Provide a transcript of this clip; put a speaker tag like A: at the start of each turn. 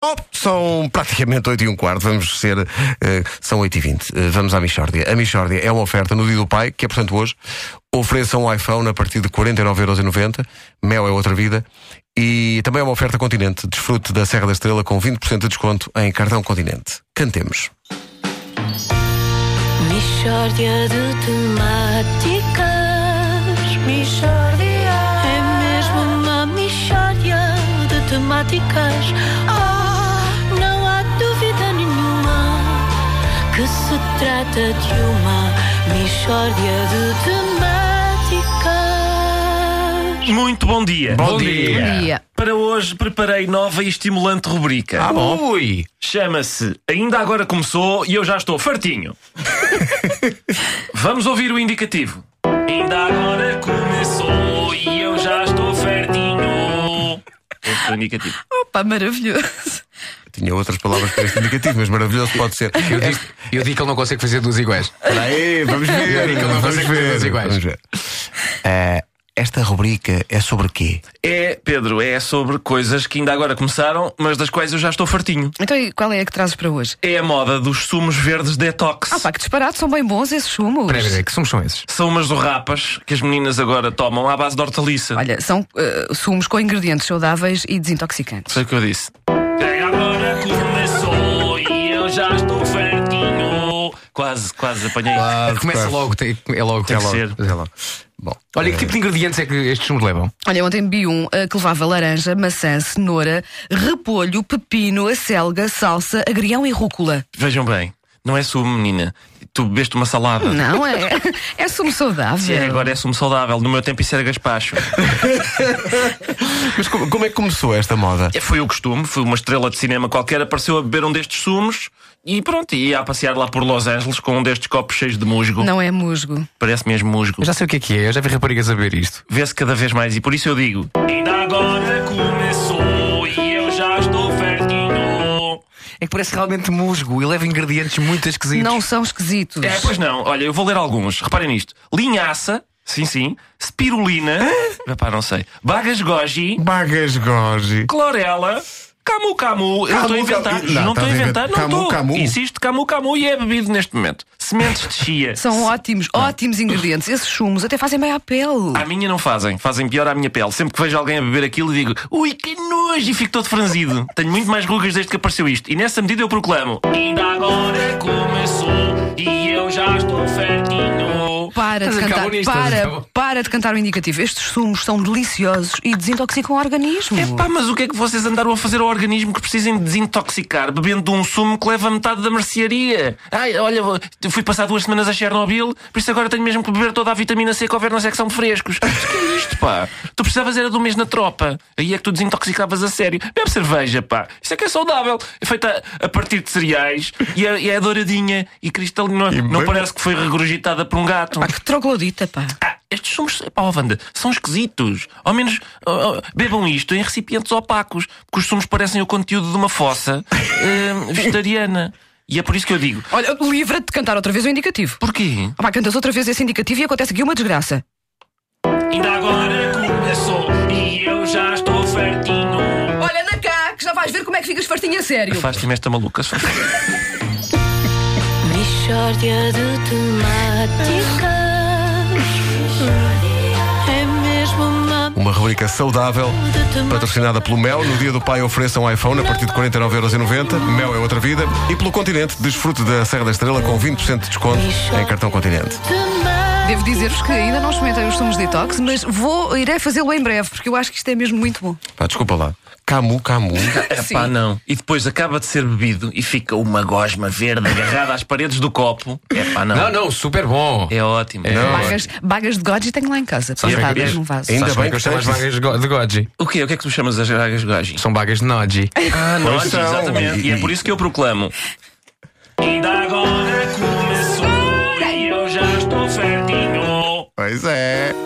A: Oh, são praticamente 8 e um quarto, vamos ser. eh, são 8 e 20. Eh, vamos à Michórdia. A Michórdia é uma oferta no Dia do Pai, que é portanto hoje. Ofereçam um iPhone a partir de 49,90€. Mel é outra vida. E também é uma oferta continente. Desfrute da Serra da Estrela com 20% de desconto em cartão continente. Cantemos.
B: Mistória de temáticas. Mistória. É mesmo uma mistória de temáticas. Oh, não há dúvida nenhuma que se trata de uma mistória de temáticas.
C: Muito bom dia.
A: Bom dia.
D: Bom dia.
C: Para hoje preparei nova e estimulante rubrica.
A: Ah, bom.
C: Ui! Chama-se Ainda Agora Começou e eu já estou fartinho. Vamos ouvir o indicativo. Ainda agora começou e eu já estou fartinho. Este é o indicativo.
D: Opa, maravilhoso.
A: Tinha outras palavras para este indicativo, mas maravilhoso pode ser.
E: Eu digo, eu digo que ele não consegue fazer duas iguais.
A: Aí, vamos ver.
E: digo que ele não
A: Vamos
E: consegue fazer
A: ver.
E: as iguais.
A: Vamos ver. Eh, esta rubrica é sobre quê?
C: É, Pedro, é sobre coisas que ainda agora começaram, mas das quais eu já estou fartinho.
D: Então, e qual é a que trazes para hoje?
C: É a moda dos sumos verdes detox.
D: Ah, pá, que disparado, são bem bons esses chumos.
E: Espera, espera, que sumos são esses?
C: São umas zorrapas que as meninas agora tomam à base de hortaliça.
D: Olha, são eh, sumos com ingredientes saudáveis e desintoxicantes.
C: Foi o que eu disse. Agora começou e eu já estou fartinho. Quase, quase apanhei.
E: Começa
A: claro.
E: logo, Ah, tem- é logo.
C: Tem
E: é
C: que
E: logo,
C: ser.
E: é logo. Bom, olha, que
A: eh,
E: tipo de ingredientes é que estes sumos levam?
D: Olha, ontem vi um eh, que levava laranja, maçã, cenoura, repolho, pepino, acelga, salsa, agrião e rúcula.
C: Vejam bem, não é sumo, menina. Tu bebeste uma salada.
D: Não é? É sumo saudável.
C: Se é, agora é sumo saudável. No meu tempo isso era gaspacho.
A: Mas como, como é que começou esta moda?
C: É, Foi o costume, foi uma estrela de cinema qualquer, apareceu a beber um destes sumos e pronto, ia a passear lá por Los Angeles com um destes copos cheios de musgo.
D: Não é musgo.
C: Parece mesmo musgo.
E: Eu já sei o que é que é, eu já vi raparigas a beber isto.
C: vê-se cada vez mais e por isso eu digo: Ainda agora começou e eu já estou fartinho.
E: É que parece realmente musgo e leva ingredientes muito esquisitos.
D: Não são esquisitos.
C: É, pois não, olha, eu vou ler alguns. Reparem nisto: linhaça, sim, sim, spirulina, Epá, não sei, bagas goji,
A: Bagas Goji.
C: clorela. Camu Camu, eu não estou a inventar,
A: Camu, não,
C: não estou
A: estás
C: a
A: a
C: inventar,
A: inventar.
C: não
A: Camu
C: estou.
A: Camu.
C: Insisto, Camu Camu e é bebido neste momento. Sementes de chia.
D: São ótimos, ótimos ingredientes. Esses chumos até fazem bem à pele.
C: À minha não fazem, fazem pior à minha pele. Sempre que vejo alguém a beber aquilo, digo ui, que nojo! E fico todo franzido. Tenho muito mais rugas desde que apareceu isto. E nessa medida eu proclamo: Ainda agora é começou e eu já estou fertinho.
D: Para de
E: Estás a
D: cantar,
E: acabar nisto, estás a
D: para,
E: acabar.
D: para de cantar o indicativo. Estes sumos são deliciosos e desintoxicam o organismo.
C: Epá, mas o que é que vocês andaram a fazer ao organismo que precisem de desintoxicar, bebendo um sumo que leva metade da mercearia? Ai, olha, fui passar duas semanas a Chernobyl, por isso agora tenho mesmo que beber toda a vitamina C que houver na secção de frescos. Mas que é isto, pá? Tu precisavas era de um mês na tropa. Aí é que tu desintoxicavas a sério. Bebe cerveja, pá. Isso é que é saudável. É feita a partir de cereais e é, e é douradinha e cristalina.
A: E
C: não
A: bem-
C: parece que foi regurgitada por um gato.
D: Pá, que troglodita, pá.
C: Ah, estes sumos, pá, ó, Wanda, são esquisitos. Ao menos ó, ó, bebam isto em recipientes opacos, porque os sumos parecem o conteúdo de uma fossa eh, vegetariana. E é por isso que eu digo:
D: Olha, livra-te de cantar outra vez o indicativo.
C: porquê?
D: Ah, pá, cantas outra vez esse indicativo e acontece aqui uma desgraça.
C: Ainda agora começou e eu já estou fartinho.
D: Olha, anda cá, que já vais ver como é que ficas fartinha a sério.
C: Faz-te-me esta maluca. se faz favor.
B: Mistória de temáticas. É mesmo uma
A: Uma rubrica saudável,
B: de temáticas.
A: patrocinada pelo Mel. No dia do pai ofereçam um iPhone a partir de 49,90€. Mel é outra vida. E pelo Continente, desfrute da Serra da Estrela com 20% de desconto em cartão Continente.
D: Devo dizer-vos que ainda não experimentei os sumos detox, mas vou, irei fazê-lo em breve, porque eu acho que isto é mesmo muito bom.
A: Pá, desculpa lá. Camu, Camu.
C: Epá, não. E depois acaba de ser bebido e fica uma gosma verde agarrada às paredes do copo. Epá, não.
E: Não, não, super bom.
C: É ótimo.
D: Bagas, bagas de goji tenho lá em casa, pintadas
C: que-
D: num vaso.
A: Ainda
E: Sabes como
A: bem
E: é que eu
A: que
E: chamo as
A: tens.
E: bagas de go- de Goji.
C: O quê? O que é que tu chamas as dragas gajos?
E: São bagas de Noji.
C: Ah, nós,
A: são.
C: exatamente. E é por isso que eu proclamo. Ainda agora começou e eu já estou certinho.
A: Pois é.